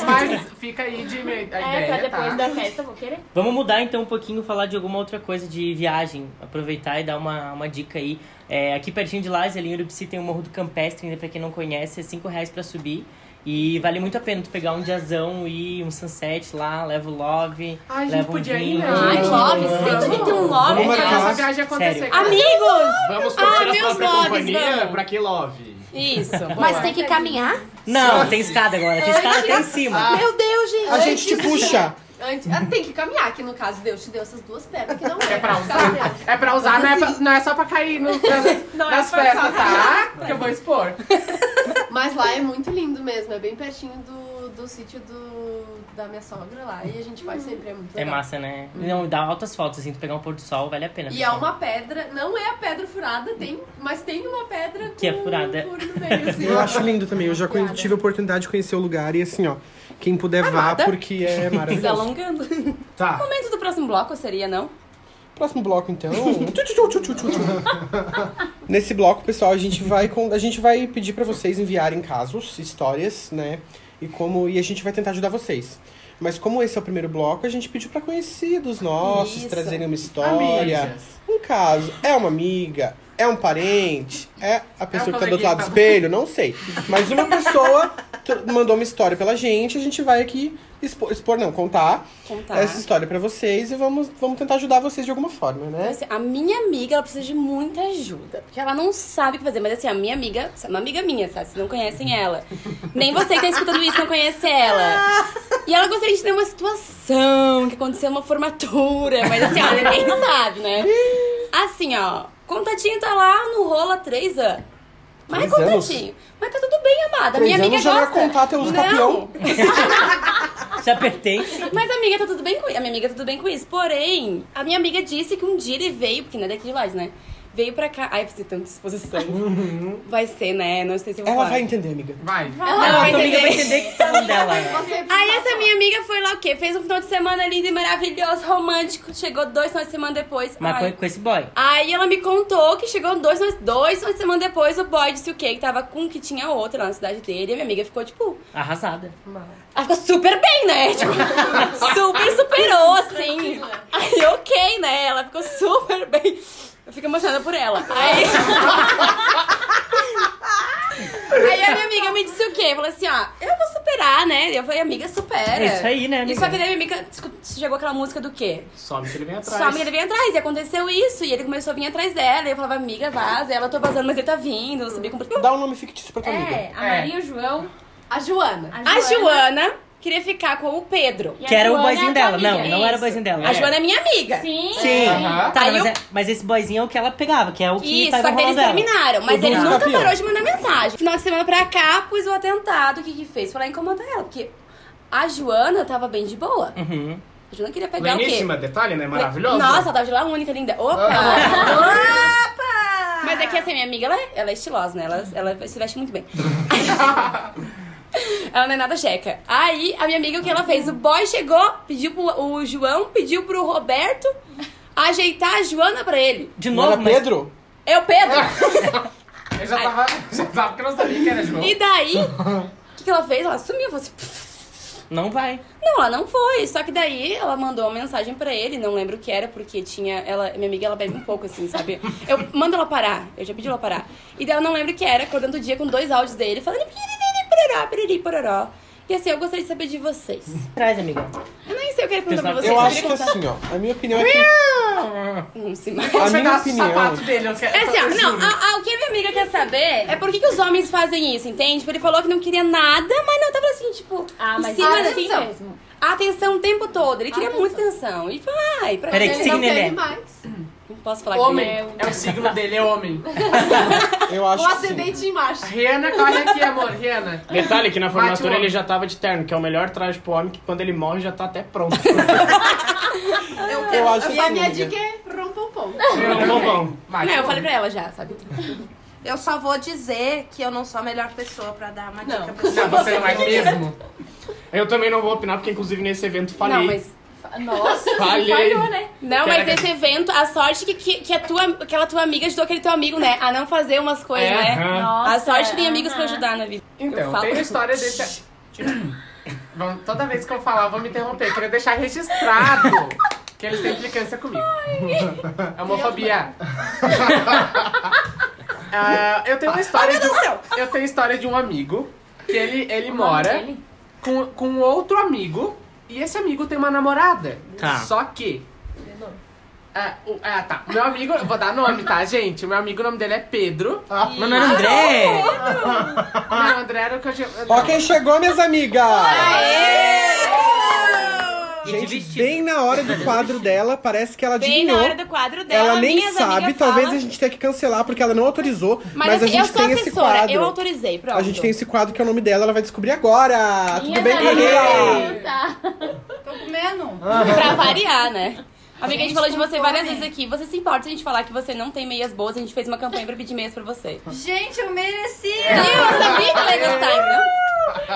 Mas fica aí, Jimmy, a É, pra ideia, depois tá? da festa, eu vou querer. Vamos mudar então um pouquinho, falar de alguma outra coisa de viagem. Aproveitar e dar uma, uma dica aí. É, aqui pertinho de Lages, ali em Urubici, tem o Morro do Campestre, ainda pra quem não conhece, é 5 reais pra subir. E vale muito a pena tu pegar um diazão e um sunset lá, leva o love, Ai, a gente leva um podia ir, vinho. né? Ai, love, sempre tem que ter um love. Vamos Vamos marcar. cara. essa viagem acontecer. Sério. cara. Amigos! Ah, Vamos curtir a meus própria nomes, companhia vamos. pra que love. Isso. Mas tem que caminhar? Não, tem escada É, agora, tem escada Ah. até em cima. Meu Deus, gente. A gente te puxa. Ah. Antes, ah, tem que caminhar, que no caso Deus te deu essas duas pernas que não É é. pra pra usar. É pra usar, não é, pra- não é só pra cair no, nas, assim- Não é nas pra festas, só tá? Que eu vou expor. Mas lá é muito lindo mesmo, é bem pertinho do, do sítio do, da minha sogra lá. E a gente vai sempre, é muito É legal. massa, né? Não, dá altas fotos, assim, tu pegar um pôr do sol, vale a pena. um E é pessoal. uma pedra, não é a pedra furada, tem, mas tem uma pedra com Que é furada. um furo no meio, assim. Eu acho lindo também. Eu já conhe- tive a oportunidade de conhecer o lugar e assim, ó. Quem puder vá, porque Se é maravilhoso. alongando. Tá. O momento do próximo bloco seria, não? Próximo bloco, então. Tchu, tchu, tchu, tchu, tchu, tchu. Nesse bloco, pessoal, a gente vai con- a gente vai pedir pra vocês enviarem casos, histórias, né? E como e a gente vai tentar ajudar vocês. Mas como esse é o primeiro bloco, a gente pediu pra conhecidos nossos Isso. trazerem uma história, Amigas. um caso. É uma amiga, é um parente, é a pessoa que tá do outro lado do coleguinha. espelho, não sei. Mas uma pessoa tr- mandou uma história pela gente, a gente vai aqui expor, expor não, contar Contar. essa história pra vocês e vamos, vamos tentar ajudar vocês de alguma forma, né? Assim, a minha amiga, ela precisa de muita ajuda. Porque ela não sabe o que fazer. Mas assim, a minha amiga, uma amiga minha, sabe? Vocês não conhecem ela. Nem você que tá escutando isso não conhece ela. E ela gostaria de ter uma situação que aconteceu uma formatura. Mas assim, ó, ninguém sabe, né? Assim, ó. Contatinho tá lá no rolo há três anos. Mas é Três anos? contatinho. Mas tá tudo bem, amada. A Três minha amiga anos já não é gosta. contar até os capião. Já pertence. Mas amiga, tá tudo bem com isso. A minha amiga tá tudo bem com isso. Porém, a minha amiga disse que um dia ele veio, porque não é daqui de Lages, né? Veio pra cá. Ai, precisa ter tanta exposição. Vai ser, né? Não sei se eu vou Uhum. Ela falar. vai entender, amiga. Vai. Não, vai a tua amiga entender. vai entender que tá falando dela. né? Aí essa minha amiga foi lá o quê? Fez um final de semana lindo e maravilhoso, romântico. Chegou dois finais de semana depois. Mas Ai. com, com esse boy. Aí ela me contou que chegou dois, dois, dois uma semana depois, o boy disse o quê? Que tava com que tinha outra lá na cidade dele. E a minha amiga ficou, tipo, Arrasada. Ela ficou super bem, né? Tipo, super superou, assim. Aí, ok, né? Ela ficou super bem. Eu fico emocionada por ela. Aí... Aí a minha amiga me disse o quê? Falou assim, ó, eu vou superar, né? Eu falei, amiga, supera. É isso aí, né, amiga? E só que daí a minha amiga escu- chegou aquela música do quê? Some que ele vem atrás. Só a amiga dele vem atrás, e aconteceu isso, e ele começou a vir atrás dela, e eu falava, amiga, vaza, E ela, eu tô vazando, mas ele tá vindo, não sabia como... Dá um nome fictício pra tua É, amiga. a Maria, o João, A Joana. A Joana queria ficar com o Pedro. e a que era o Joana é a boyzinho tua dela. Não, amiga. não era o Isso. boyzinho dela. A é. Joana é minha amiga. Sim. Sim. Aham. Tá, Aí mas, eu- é- mas esse boyzinho é o que ela pegava, que é o que Isso, tava só que eles rolando ela. terminaram. Mas Eu ele vou nunca ficar parou pior. de mandar mensagem. Final de semana pra cá, pus o atentado. O que que fez? Foi lá incomodar ela. Porque a Joana tava bem de boa. Uhum. A Joana queria pegar Pleníssima, detalhe, né? o quê? Maravilhosa. Ah. Nossa, ela tava de lá única, linda. Opa! Opa! Mas é que assim, minha amiga, ela, é- ela é estilosa, né? Ela, ela se veste muito bem. ela não é nada checa. Aí, a minha amiga, o que ela fez? O boy chegou, pediu pro o João, pediu pro Roberto ajeitar a Joana pra ele. De Não novo, era mas... Pedro? É o Pedro. Eu já tava, já tava porque eu não sabia que era João. E daí, o que, que ela fez? Ela sumiu, falou assim... "Pff". Não vai. Não, ela não foi. Só que daí, ela mandou uma mensagem pra ele, não lembro o que era, porque tinha... Ela, minha amiga, ela bebe um pouco, assim, sabe? Eu mando ela parar, eu já pedi ela parar. E daí, eu não lembro o que era, acordando o dia com dois áudios dele, falando... "Piriri, piroró, piriri, pororó". E assim, eu gostaria de saber de vocês. Traz, amiga. Eu nem sei o que eu queria perguntar pra vocês. Eu acho queria que contar- assim, ó. A minha opinião é que. Não sei mais. A minha pedaço do opinião. sapato dele, eu quero. É assim, ó, eu não, juro. a- a- o que a minha amiga quer saber é por que, que os homens fazem isso, entende? Tipo, ele falou que não queria nada, mas não, tava assim, tipo, Ah, mas em cima é da assim atenção. mesmo. A atenção o tempo todo, ele queria muito atenção. E vai, pra Peraí, ele que não- Não signo ele é? teve mais. Não posso falar Homem. que É o signo dele, é homem. Eu O acho que. sim. ascendente em marcha. Rihanna, corre aqui, amor. Rihanna. Detalhe que na formatura Bate o ele já tava de terno, que é o melhor traje pro homem, que quando ele morre já tá até pronto. Eu acho E a assim, minha amiga. dica é rompompom. Não, não, não. Vai, Não, eu João. falei pra ela já, sabe? Eu só vou dizer que eu não sou a melhor pessoa pra dar uma dica pra Não, você não é mesmo. Eu também não vou opinar, porque inclusive nesse evento falhei. Não, mas. Nossa, Falhei. falhou, né? Não, mas esse evento, a sorte que, que, que a tua, aquela tua amiga ajudou aquele teu amigo, né? A não fazer umas coisas, É, né? aham. Nossa, a sorte que tem aham. amigos pra ajudar na vida. Então, falo- tem a história desse. Vão- Toda vez que eu falar, vão me interromper. Queria deixar registrado que eles têm implicância comigo. É homofobia. Ah, eu tenho uma história de um, Eu tenho história de um amigo que ele, ele mora dele? com, com outro amigo e esse amigo tem uma namorada. Tá. Só que. Ah, o- ah, tá. Meu amigo, eu vou dar nome, tá, gente? Meu amigo, o nome dele é Pedro. Mas não era André. Não, André era o que eu tinha. Ó, quem chegou, minhas amigas! E de Gente, vestido. bem na hora do quadro dela, parece que ela Bem na adivinhou. hora do quadro dela, Ela nem minhas sabe, amigas talvez falam- a gente tenha que cancelar porque ela não autorizou. Mas, Mas, a assim, gente eu sou tem esse assessora, quadro. eu autorizei, pronto. a gente tem esse quadro que é o nome dela, ela vai descobrir agora. Tudo bem, Camila? Tá. Tô comendo. Pra variar, né? Amiga, a gente falou de você várias vezes aqui. Você se importa se a gente falar que você não tem meias boas? A gente fez uma campanha pra pedir meias pra você. Gente, eu mereci. Eu sabia que ela ia gostar, então.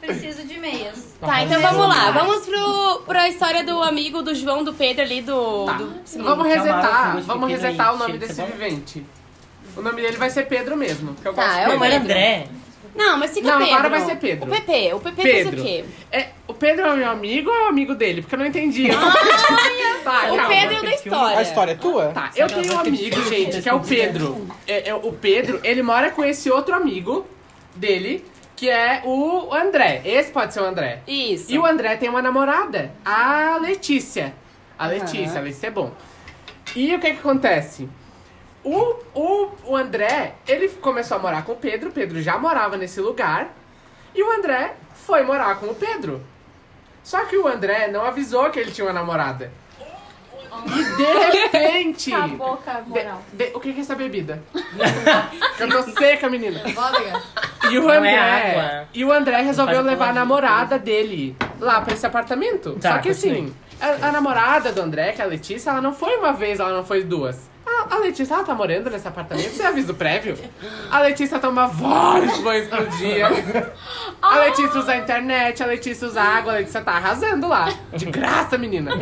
Preciso de meias. Tá, então vamos lá. Vamos pro, pra história do amigo do João, do Pedro ali, do... do- Sim, é Vamos Chamaram resetar, esse vamos pequeno resetar aí, o nome cheio de desse cebola. vivente. O nome dele vai ser Pedro mesmo. Porque eu Tá, é gosto dele. Não, mas era André. Não, mas fica Não, Pedro. agora vai ser Pedro. O PP, o PP fez o quê? É, o Pedro é o meu amigo ou é o amigo dele? Porque eu não entendi. Eu tô... tá, O calma. Pedro é o da história. A história é tua? Tá, eu tenho um amigo, gente, que é o Pedro. É, é o Pedro, ele mora com esse outro amigo dele, que é o André. Esse pode ser o André. Isso. E o André tem uma namorada, a Letícia. A Letícia, a Letícia é bom. E o que que acontece? O, o, o André, ele começou a morar com o Pedro, o Pedro já morava nesse lugar. E o André foi morar com o Pedro. Só que o André não avisou que ele tinha uma namorada. E de repente. Acabou com a moral. de- de- o que que é essa bebida? Eu tô seca, menina. Vodka. E o Não é André, água. e o André resolveu Faz um levar a coladinho. namorada dele lá pra esse apartamento. Tá, Só que assim, a, a namorada do André, que é a Letícia, ela não foi uma vez, ela não foi duas. A, a Letícia, ela tá morando nesse apartamento, você avisa o prévio? A Letícia tá toma vários banhos por dia. Ah! A Letícia usa a internet, a Letícia usa água, a Letícia tá arrasando lá. De graça, menina.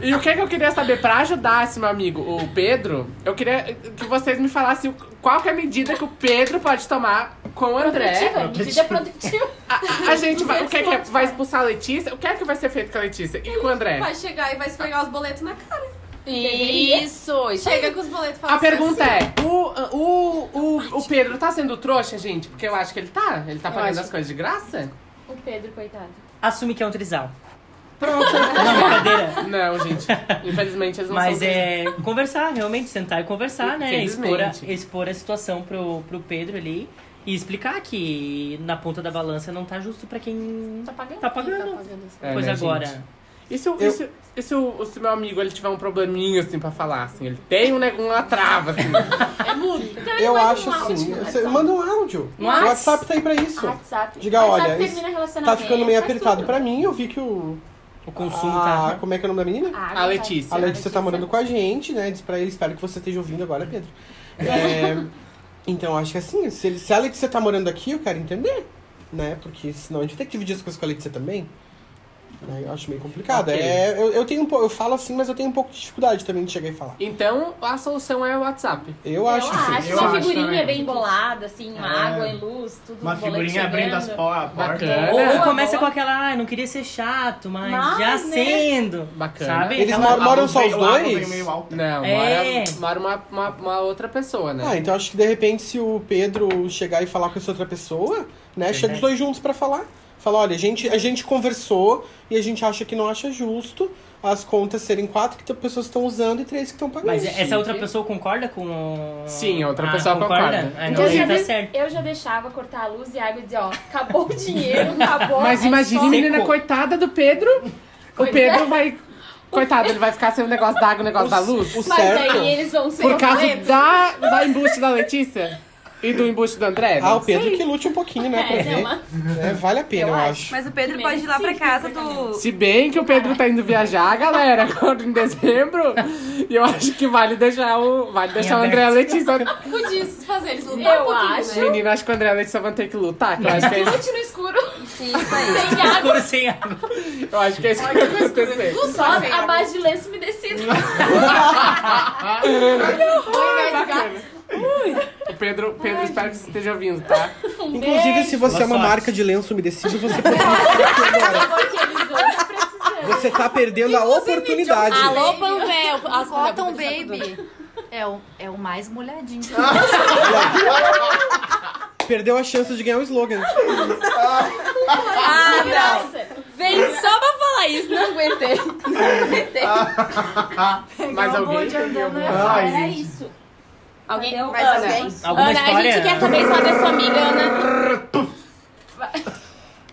E o que, que eu queria saber pra ajudar esse meu amigo, o Pedro? Eu queria que vocês me falassem qual que é a medida que o Pedro pode tomar com o André. Produtiva, medida produtiva. A, a gente vai, o que é que vai expulsar a Letícia? O que é que vai ser feito com a Letícia e com o André? Vai chegar e vai esfregar os boletos na cara. Isso, isso. Chega com os boletos e fala A pergunta assim, é, o, o, o, o Pedro tá sendo trouxa, gente? Porque eu acho que ele tá. Ele tá pagando as coisas de graça? O Pedro, coitado. Assume que é um trisal. Pronto. Não, brincadeira. Não, gente. Infelizmente eles não Mas são é conversar, realmente, sentar e conversar, né? Expor a, Infelizmente. expor a situação pro, pro Pedro ali e explicar que na ponta da balança não tá justo pra quem Tá pagando? tá pagando. pagando isso. É, Pois né, agora. gente? E se, o- Eu- e se, e se o, se o meu amigo ele tiver um probleminha, assim, pra falar, assim? Ele tem um, né, uma trava, assim. Então Eu um acho assim. Você manda um áudio. O Mas- WhatsApp tá aí pra isso. Ah, WhatsApp. Diga, WhatsApp olha, termina isso tá relacionamento, ficando meio faz apertado tudo. pra mim. Eu vi que o O consumo Ah, tá. como é que é o nome da menina? Ah, A Letícia. A Letícia tá morando com a gente, né? Diz pra ele, espero que você esteja ouvindo agora, Pedro. É, então, acho que assim, se, ele- se a Letícia tá morando aqui, eu quero entender, né? Porque senão a gente tem que dividir as coisas com a Letícia também. Né? Eu acho meio complicado. Ok. É, eu, eu tenho um pouco, eu falo assim, mas eu tenho um pouco de dificuldade também de chegar e falar. Então, a solução é o WhatsApp. Eu acho que sim. eu uma acho figurinha também. bem embolada, assim, uma É. água e luz, tudo Uma um bolete figurinha abrindo as chegando. po- a porta. Bacana. Ou, ou Boa, começa boa. com aquela, ah, eu não queria ser chato, mas, Mas, já né? sendo. Bacana. Sabe? Então, Eles Aquela- moram- moram só os Veio lá, veio dois? meio alto. Não, É. mora, mora uma, uma, uma outra pessoa, né? Ah, então acho que de repente se o Pedro chegar e falar com essa outra pessoa, Uhum. né? Chega os dois juntos pra falar. Fala, olha, a gente, a gente conversou e a gente acha que não acha justo as contas serem quatro que t- pessoas estão usando e três que estão pagando. Mas é, essa outra pessoa concorda com. o- Sim, a outra pessoa concorda. Ah, não, Eu aí Então já, tá de- certo. eu já deixava cortar a luz e a água e dizer, ó, acabou o dinheiro, acabou. Mas é imagine só- a menina coitada do Pedro. Pois o Pedro é. vai. Coitado, ele vai ficar sem o negócio da água, o negócio da luz. O Mas certo. aí eles vão ser Por causa obsoletos. da, da embuste da Letícia e do embuste do André. né? Ah, o Pedro que lute um pouquinho, né? Pra É, ver. não, mas- É, vale a pena, eu, Eu acho. Mas o Pedro pode ir lá pra casa do. Se bem que o Pedro tá indo viajar, galera, agora em dezembro. E eu acho que vale deixar o. Vale deixar o André e a Letícia. Podia fazer eles lutar Eu um pouquinho, né? acho. Menina, acho que o André e a Letícia vão ter que lutar. Que eu, acho que é isso, Lute no escuro, Isso aí. sem água, Escuro sem água. eu acho que é isso que vai acontecer. Ah, só a base de lenço umedecido. né, O Pedro, Pedro espero que você esteja ouvindo, tá? Inclusive, se você Boa é uma sorte. marca de lenço umedecido, você pode aqui agora. Porque eles vão precisando. Você tá perdendo a oportunidade. Alô, Panvel! As- Cotton um Baby. É o, é o mais molhadinho. Perdeu a chance de ganhar o slogan. Ah, não! é, Vem só pra falar isso, não aguentei. Não aguentei. Mas alguém. né? Ah, Era isso. Alguém? né? Mas Ana, alguém? Alguma Ana, história? a gente quer saber a história da sua amiga, Ana.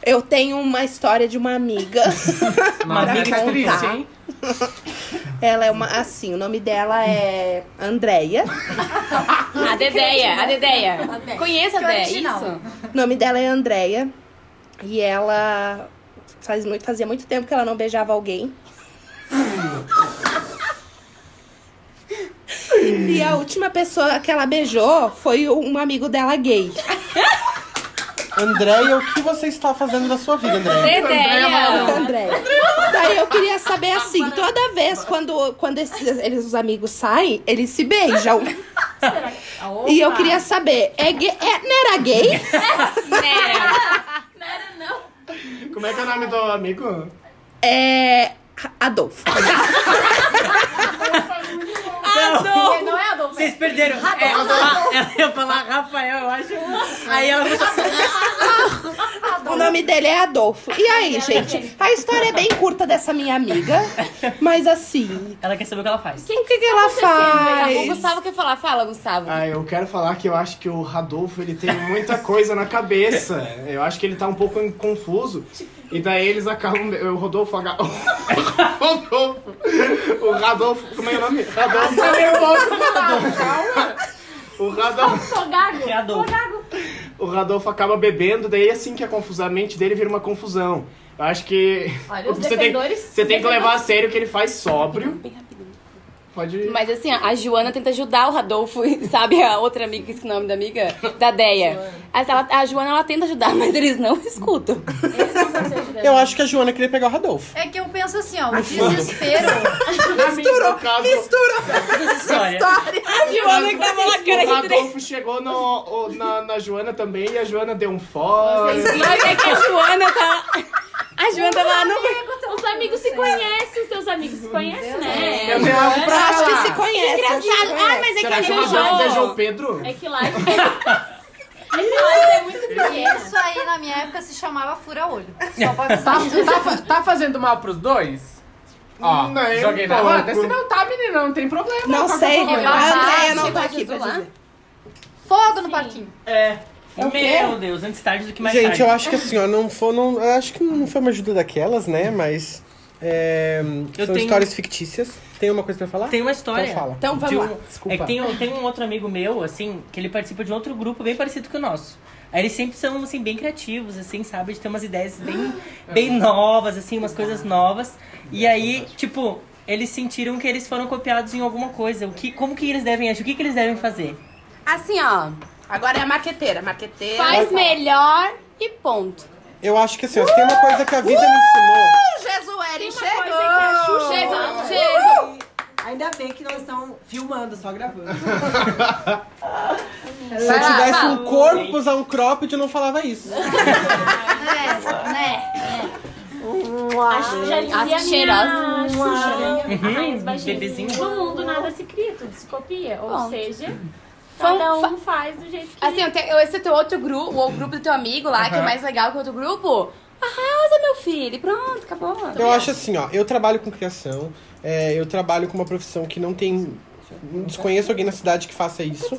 Eu tenho uma história de uma amiga. Uma amiga tá um triste, hein? Ela é uma. Assim, o nome dela é Andréia. A Dedeia, a Dedeia. Conheça a Que Dedeia, original. isso? O nome dela é Andréia. E ela. Faz muito, fazia muito tempo que ela não beijava alguém. e a última pessoa que ela beijou foi um amigo dela gay. Andréia, o que você está fazendo da sua vida, Andréia? Dedeia. André. Daí eu queria saber assim, toda vez quando, quando esses, eles, os amigos saem, eles se beijam. E eu queria saber, é gay, é, não era gay? Né? Como é que é o nome do amigo? É. Adolfo. Ah, Não, não é Adolfo. Vocês perderam. É, Ra- ela ia falar Rafael, eu acho. Aí ela O nome dele é Adolfo. E aí, gente? A história é bem curta dessa minha amiga, mas assim. Ela quer saber o que ela faz. O que, que ela O faz? Gustavo quer falar. Fala, Gustavo. Ah, eu quero falar que eu acho que o Radolfo ele tem muita coisa na cabeça. Eu acho que ele tá um pouco em- confuso. E daí eles acabam. O Rodolfo. aga- O Rodolfo. O Radolfo. Como é o nome? Radolfo. Ah, O Radolfo, Sou gago. Que é Adolfo. o Radolfo acaba bebendo, daí assim que é confusão, a mente dele vira uma confusão. Eu acho que. Olha, os você tem, defendores- você tem que levar a sério o que ele faz sóbrio. Bem rapidinho. Pode. Mas assim, a Joana tenta ajudar o Radolfo, sabe? A outra amiga, que esqueci o nome da amiga, da Deia. Mas ela- a Joana, ela tenta ajudar, mas eles não escutam. Eu acho que a Joana queria pegar o Radolfo. É que eu penso assim, ó, o desespero. Misturou, História. A Joana que tava na O cara de três. Rodolfo chegou no- o- na, na Joana também e a Joana deu um fora. Mas é que a Joana tá... A Joana tá lá no... Os amigos se conhecem, os seus amigos se conhecem, né? Eu tenho algo pra Acho que falar. se conhece. acho que se Ah, conhece. mas é que Será a que o Rodolfo beijou o Jojo... Pedro? É que live. live é muito pequena. Isso aí na minha época se chamava fura-olho. Só pra Tá, avisar. tá fa- tá fazendo mal pros dois? Ó, Nem joguei na um pouco. roda? Se não tá, menina, não tem problema. Qual Não que é o sei, problema? a Andréia não Ah, tá aqui pra Jesus lá. dizer. Fogo no parquinho. É. quê? Meu Deus, antes tarde do que mais Gente, tarde. eu acho que assim, ó, não foi, não, eu acho que não foi uma ajuda daquelas, né? Mas é, Eu são tenho- histórias fictícias. tem uma coisa pra falar? Tem uma história. Então fala. Então vamos de um- lá. Desculpa. É que tem, um- tem um outro amigo meu, assim, que ele participa de um outro grupo bem parecido que o nosso. Aí eles sempre são, assim, bem criativos, assim, sabe? De ter umas ideias bem, Ah. bem novas, assim, umas coisas novas. E aí, tipo, eles sentiram que eles foram copiados em alguma coisa. O que, como que eles devem agir? O que, que eles devem fazer? Assim, ó. Agora é a marqueteira. Marqueteira. Faz melhor e ponto. Eu acho que assim, ó, se tem uma coisa que a vida me ensinou. O Jesuelen Tem uma chegou! coisa que a Xuxa- Jason, Jason. Ainda bem que não estão filmando, só gravando. Se eu tivesse um corpo pra usar um cropped, eu não falava isso. É, né? Acho que já dizia Nossa, a minha Xuxa. Uhum, Rainha dos baixinhos. bebezinho. No mundo nada se cria, tudo se copia. Ou Bom. seja, Foi um cada fa- um faz do jeito que... Assim, eu tenho- esse é teu outro grupo, o grupo do teu amigo lá, que é mais legal que o outro grupo. Arrasa, meu filho. Pronto, acabou. Eu acho assim, ó, eu trabalho com criação, é, eu trabalho com uma profissão que não tem. Desconheço alguém na cidade que faça isso.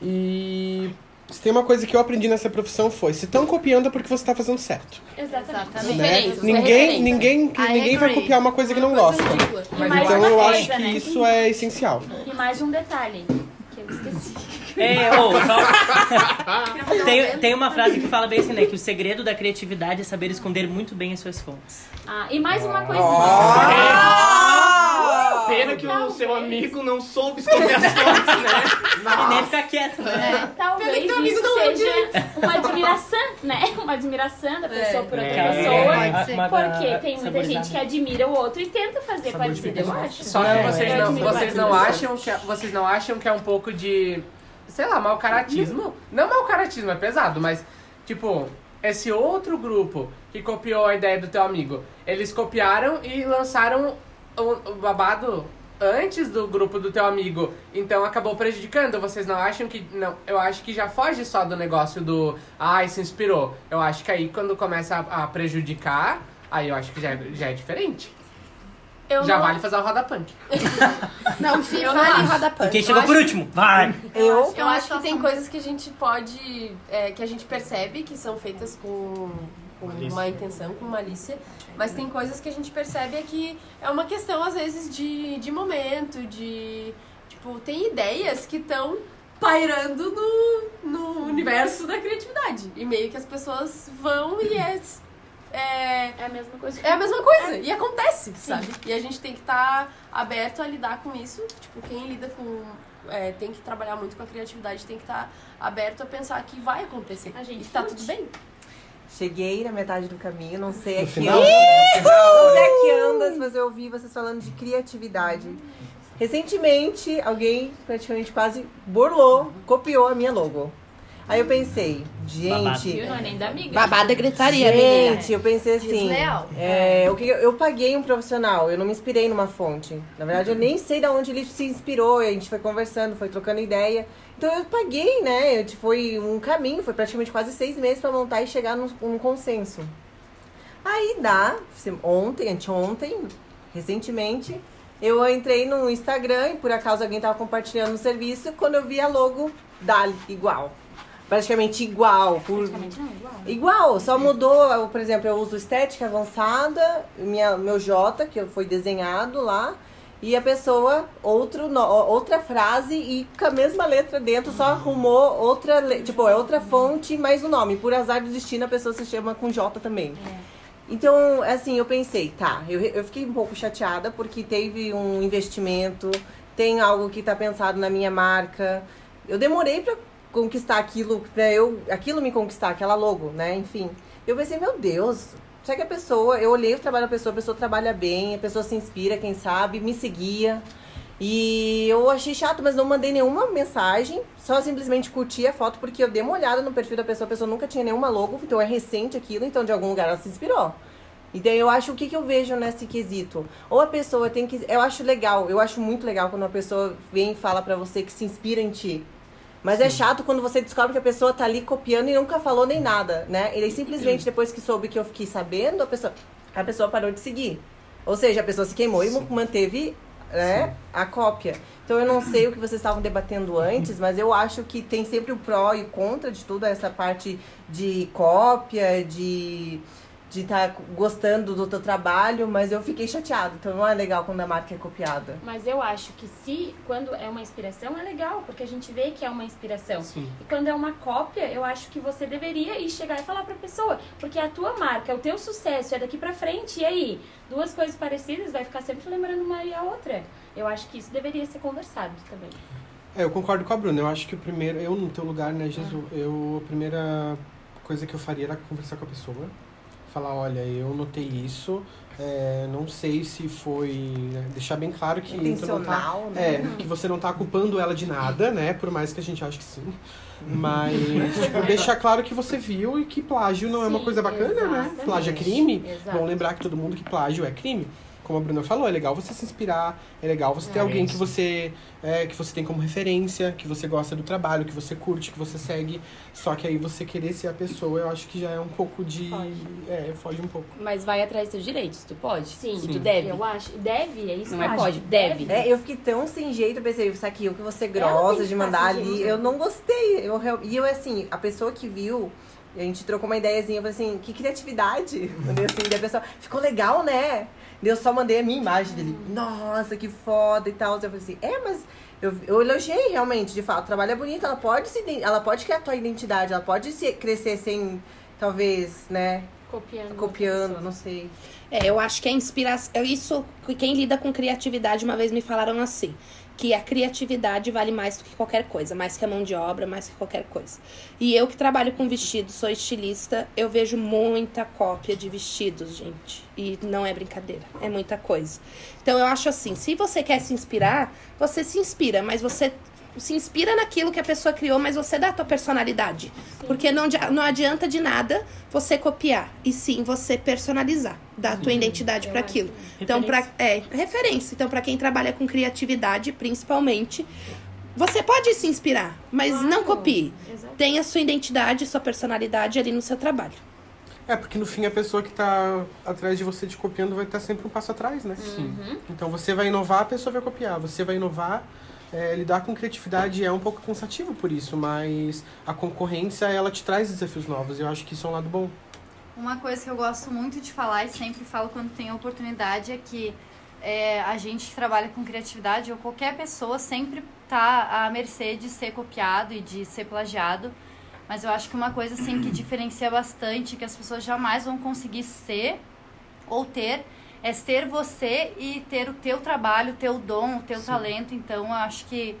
E se tem uma coisa que eu aprendi nessa profissão foi, se estão copiando é porque você tá fazendo certo. Né? Exatamente. Referência, você é Ninguém, referência. ninguém, I ninguém vai agree. copiar uma coisa que não Uma coisa gosta. ridícula. Mas mais Então uma eu coisa, acho que né? isso é essencial. E mais um detalhe, que eu esqueci. É, ô, só... um tem, tem uma frase que fala bem assim, né? Que o segredo da criatividade é saber esconder muito bem as suas fontes. Ah, e mais uma coisinha. Ah, Pena que o seu Talvez. amigo não soube esconder as fontes, né? E nem ficar quieto, né? É, Talvez Pelo que isso teu amigo seja uma admiração, né? Uma admiração da pessoa por outra É, pessoa. pode ser. Porque tem muita Saborizar. gente que admira o outro e tenta fazer parecido, eu acho. Só que Não, vocês, é não, admiração. vocês não acham que é, vocês não acham que é um pouco de, sei lá, mau caratismo? Não, mau caratismo, é pesado, mas tipo, esse outro grupo que copiou a ideia do teu amigo, eles copiaram e lançaram o, o babado antes do grupo do teu amigo, então acabou prejudicando. Vocês não acham que não? Eu acho que já foge só do negócio do, ai, se inspirou. Eu acho que aí quando começa a, a prejudicar, aí eu acho que já, é- já é diferente. Eu já não- vale fazer o roda punk. Não, FIFA e roda E quem punk. chegou por último, vai! Então, Eu, acho que é tem coisas que a gente pode. é, que a gente percebe que são feitas com, com uma intenção, com malícia. Mas tem coisas que a gente percebe é que é uma questão, às vezes, de, de momento, de. Tipo, tem ideias que estão pairando no, no universo da criatividade. E meio que as pessoas vão e é. é É a mesma coisa. é a mesma coisa, e acontece, sabe? E a gente tem que estar aberto a lidar com isso. Tipo, quem lida com. é, tem que trabalhar muito com a criatividade, tem que estar aberto a pensar que vai acontecer. A gente e tá curte. tudo bem. Cheguei na metade do caminho, não sei a que final? andas. Não sei a que andas, mas eu ouvi vocês falando de criatividade. Recentemente, alguém praticamente quase burlou, copiou a minha logo. Aí eu pensei, Viu? gente. Não é nem da amiga. Babada gritaria, menina. Gente, eu pensei assim. Desleal. É, o que eu, eu paguei um profissional, eu não me inspirei numa fonte. Na verdade, eu nem sei da onde ele se inspirou, a gente foi conversando, foi trocando ideia. Então eu paguei, né? Eu, tipo, foi um caminho, foi praticamente quase seis meses pra montar e chegar num, num consenso. Aí dá, se- ontem, anteontem, recentemente, eu entrei no Instagram e por acaso alguém tava compartilhando o serviço, quando eu vi a logo Dali, igual. Praticamente igual, por Praticamente não é igual. Igual, só mudou, eu, por exemplo, eu uso estética avançada, minha, meu J, que foi desenhado lá, e a pessoa, outro, no- outra frase e com a mesma letra dentro, só arrumou outra, le- tipo, é outra fonte, mais o nome. Por azar do destino, a pessoa se chama com J também. É. Então, assim, eu pensei, tá, eu, eu fiquei um pouco chateada porque teve um investimento, tem algo que tá pensado na minha marca. Eu demorei pra conquistar aquilo, pra eu, aquilo me conquistar, aquela logo, né? Enfim. Eu pensei, meu Deus, será que a pessoa, eu olhei o trabalho da pessoa, a pessoa trabalha bem, a pessoa se inspira, quem sabe, me seguia. E eu achei chato, mas não mandei nenhuma mensagem, só simplesmente curti a foto, porque eu dei uma olhada no perfil da pessoa, a pessoa nunca tinha nenhuma logo, então é recente aquilo, então de algum lugar ela se inspirou. Então eu acho o que, que eu vejo nesse quesito. Ou a pessoa tem que. Eu acho legal, eu acho muito legal quando uma pessoa vem e fala pra você que se inspira em ti. Mas é chato quando você descobre que a pessoa tá ali copiando e nunca falou nem nada, né? Ele simplesmente, depois que soube que eu fiquei sabendo, a pessoa, a pessoa parou de seguir. Ou seja, a pessoa se queimou e manteve né, a cópia. Então eu não sei o que vocês estavam debatendo antes, mas eu acho que tem sempre o pró e o contra de tudo essa parte de cópia, de de estar gostando do teu trabalho, mas eu fiquei chateado. Então não é legal quando a marca é copiada. Mas eu acho que se, quando é uma inspiração, é legal, porque a gente vê que é uma inspiração. Sim. E quando é uma cópia, eu acho que você deveria ir chegar e falar pra pessoa. Porque é a tua marca, é o teu sucesso, é daqui pra frente. E aí, duas coisas parecidas, vai ficar sempre lembrando uma e a outra. Eu acho que isso deveria ser conversado também. É, eu concordo com a Bruna. Eu acho que o primeiro, eu no teu lugar, né, Jesus, eu a primeira coisa que eu faria era conversar com a pessoa. Falar, olha, eu notei isso, é, não sei se foi. né, deixar bem claro que. tu não tá- Intencional, né? é, que você não tá culpando ela de nada, né? Por mais que a gente ache que sim. Mas, tipo, deixar claro que você viu e que plágio não é uma Sim, coisa bacana, né? exatamente. Plágio é crime. Exato. Bom lembrar que todo mundo que plágio é crime. Como a Bruna falou, é legal você se inspirar, é legal você ter alguém que você é, que você tem como referência, que você gosta do trabalho, que você curte, que você segue. Só que aí você querer ser a pessoa, eu acho que já é um pouco de. É, foge um pouco. Mas vai atrás dos seus direitos, tu pode? Sim. E tu deve. Eu acho. Deve, é isso Não que eu é acho. pode, deve. É, eu fiquei tão sem jeito, eu pensei, isso aqui, eu que você Ela tem grossa que de ficar mandar sem ali. jeito. Eu não gostei. Eu, real- e eu, assim, a pessoa que viu, a gente trocou uma ideiazinha, eu falei assim, que criatividade. Mandei assim, daí a pessoa, ficou legal, né? Daí eu só mandei a minha imagem dele. Uhum. Nossa, que foda e tal. Eu falei assim, é, mas eu, eu elogiei realmente, de fato. O trabalho é bonito, ela pode se iden- ela pode criar a tua identidade, ela pode se crescer sem, talvez, né, Copiando. copiando, não sei. É, eu acho que a inspiração. é Isso, que quem lida com criatividade, uma vez me falaram assim: que a criatividade vale mais do que qualquer coisa, mais que a mão de obra, mais que qualquer coisa. E eu que trabalho com vestidos, sou estilista, eu vejo muita cópia de vestidos, gente. E não é brincadeira, é muita coisa. Então eu acho assim: se você quer se inspirar, você se inspira, mas você. Se inspira naquilo que a pessoa criou, mas você dá a tua personalidade. Porque não, adi- não adianta de nada você copiar, e sim você personalizar, dar a tua identidade para aquilo. Então, para é, referência. Então, para quem trabalha com criatividade, principalmente, você pode se inspirar, mas não copie. Exato. Tenha sua identidade, sua personalidade ali no seu trabalho. É, porque no fim a pessoa que tá atrás de você te copiando vai estar sempre um passo atrás, né? Sim. Então você vai inovar, a pessoa vai copiar. Você vai inovar. é, lidar com criatividade é um pouco cansativo por isso, mas a concorrência ela te traz desafios novos. Eu acho que isso é um lado bom. Uma coisa que eu gosto muito de falar e sempre falo quando tenho oportunidade é que é, a gente que trabalha com criatividade ou qualquer pessoa sempre tá à mercê de ser copiado e de ser plagiado. Mas eu acho que uma coisa assim que diferencia bastante, que as pessoas jamais vão conseguir ser ou ter, é ser você e ter o teu trabalho, o teu dom, o teu talento. Então eu acho que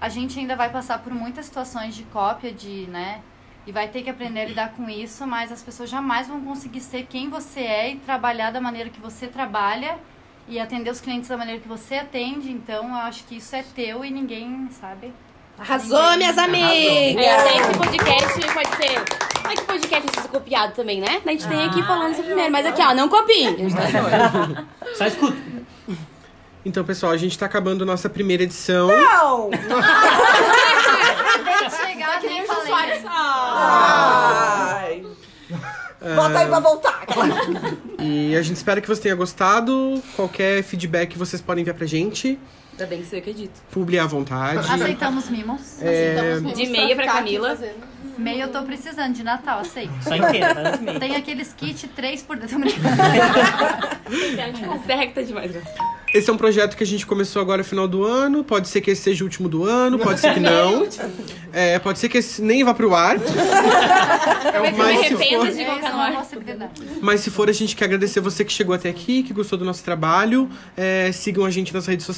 a gente ainda vai passar por muitas situações de cópia, de, né? E vai ter que aprender a lidar com isso, mas as pessoas jamais vão conseguir ser quem você é e trabalhar da maneira que você trabalha e atender os clientes da maneira que você atende. Então, eu acho que isso é teu e ninguém, sabe? Arrasou, minhas amigas! É, até esse podcast pode ser. Ai, que podcast é copiado também, né? A gente tem Ah. aqui falando isso primeiro. Mas aqui, ó, não copie. Só escuta. Então, pessoal, a gente tá acabando nossa primeira edição. Não! tá- Acabei de chegar, nem falei. Ai! Bota aí pra voltar, cara. E a gente espera que você tenha gostado. Qualquer feedback vocês podem enviar pra gente. Ainda bem que você acredita. Publi à vontade. Aceitamos mimos. De meia pra Camila. Meio eu tô precisando de Natal, aceito. Só inteira, tá? Nas meias. Tem aqueles kit 3 por dentro. Serra que tá demais, né? Esse é um projeto que a gente começou agora no final do ano. Pode ser que esse seja o último do ano, pode ser que não. É, pode ser que esse nem vá pro ar. Mas é eu me mais se arrependo for. de Essa colocar é no uma ar. possibilidade. Mas se for, a gente quer agradecer você que chegou até aqui, que gostou do nosso trabalho. É, sigam a gente nas redes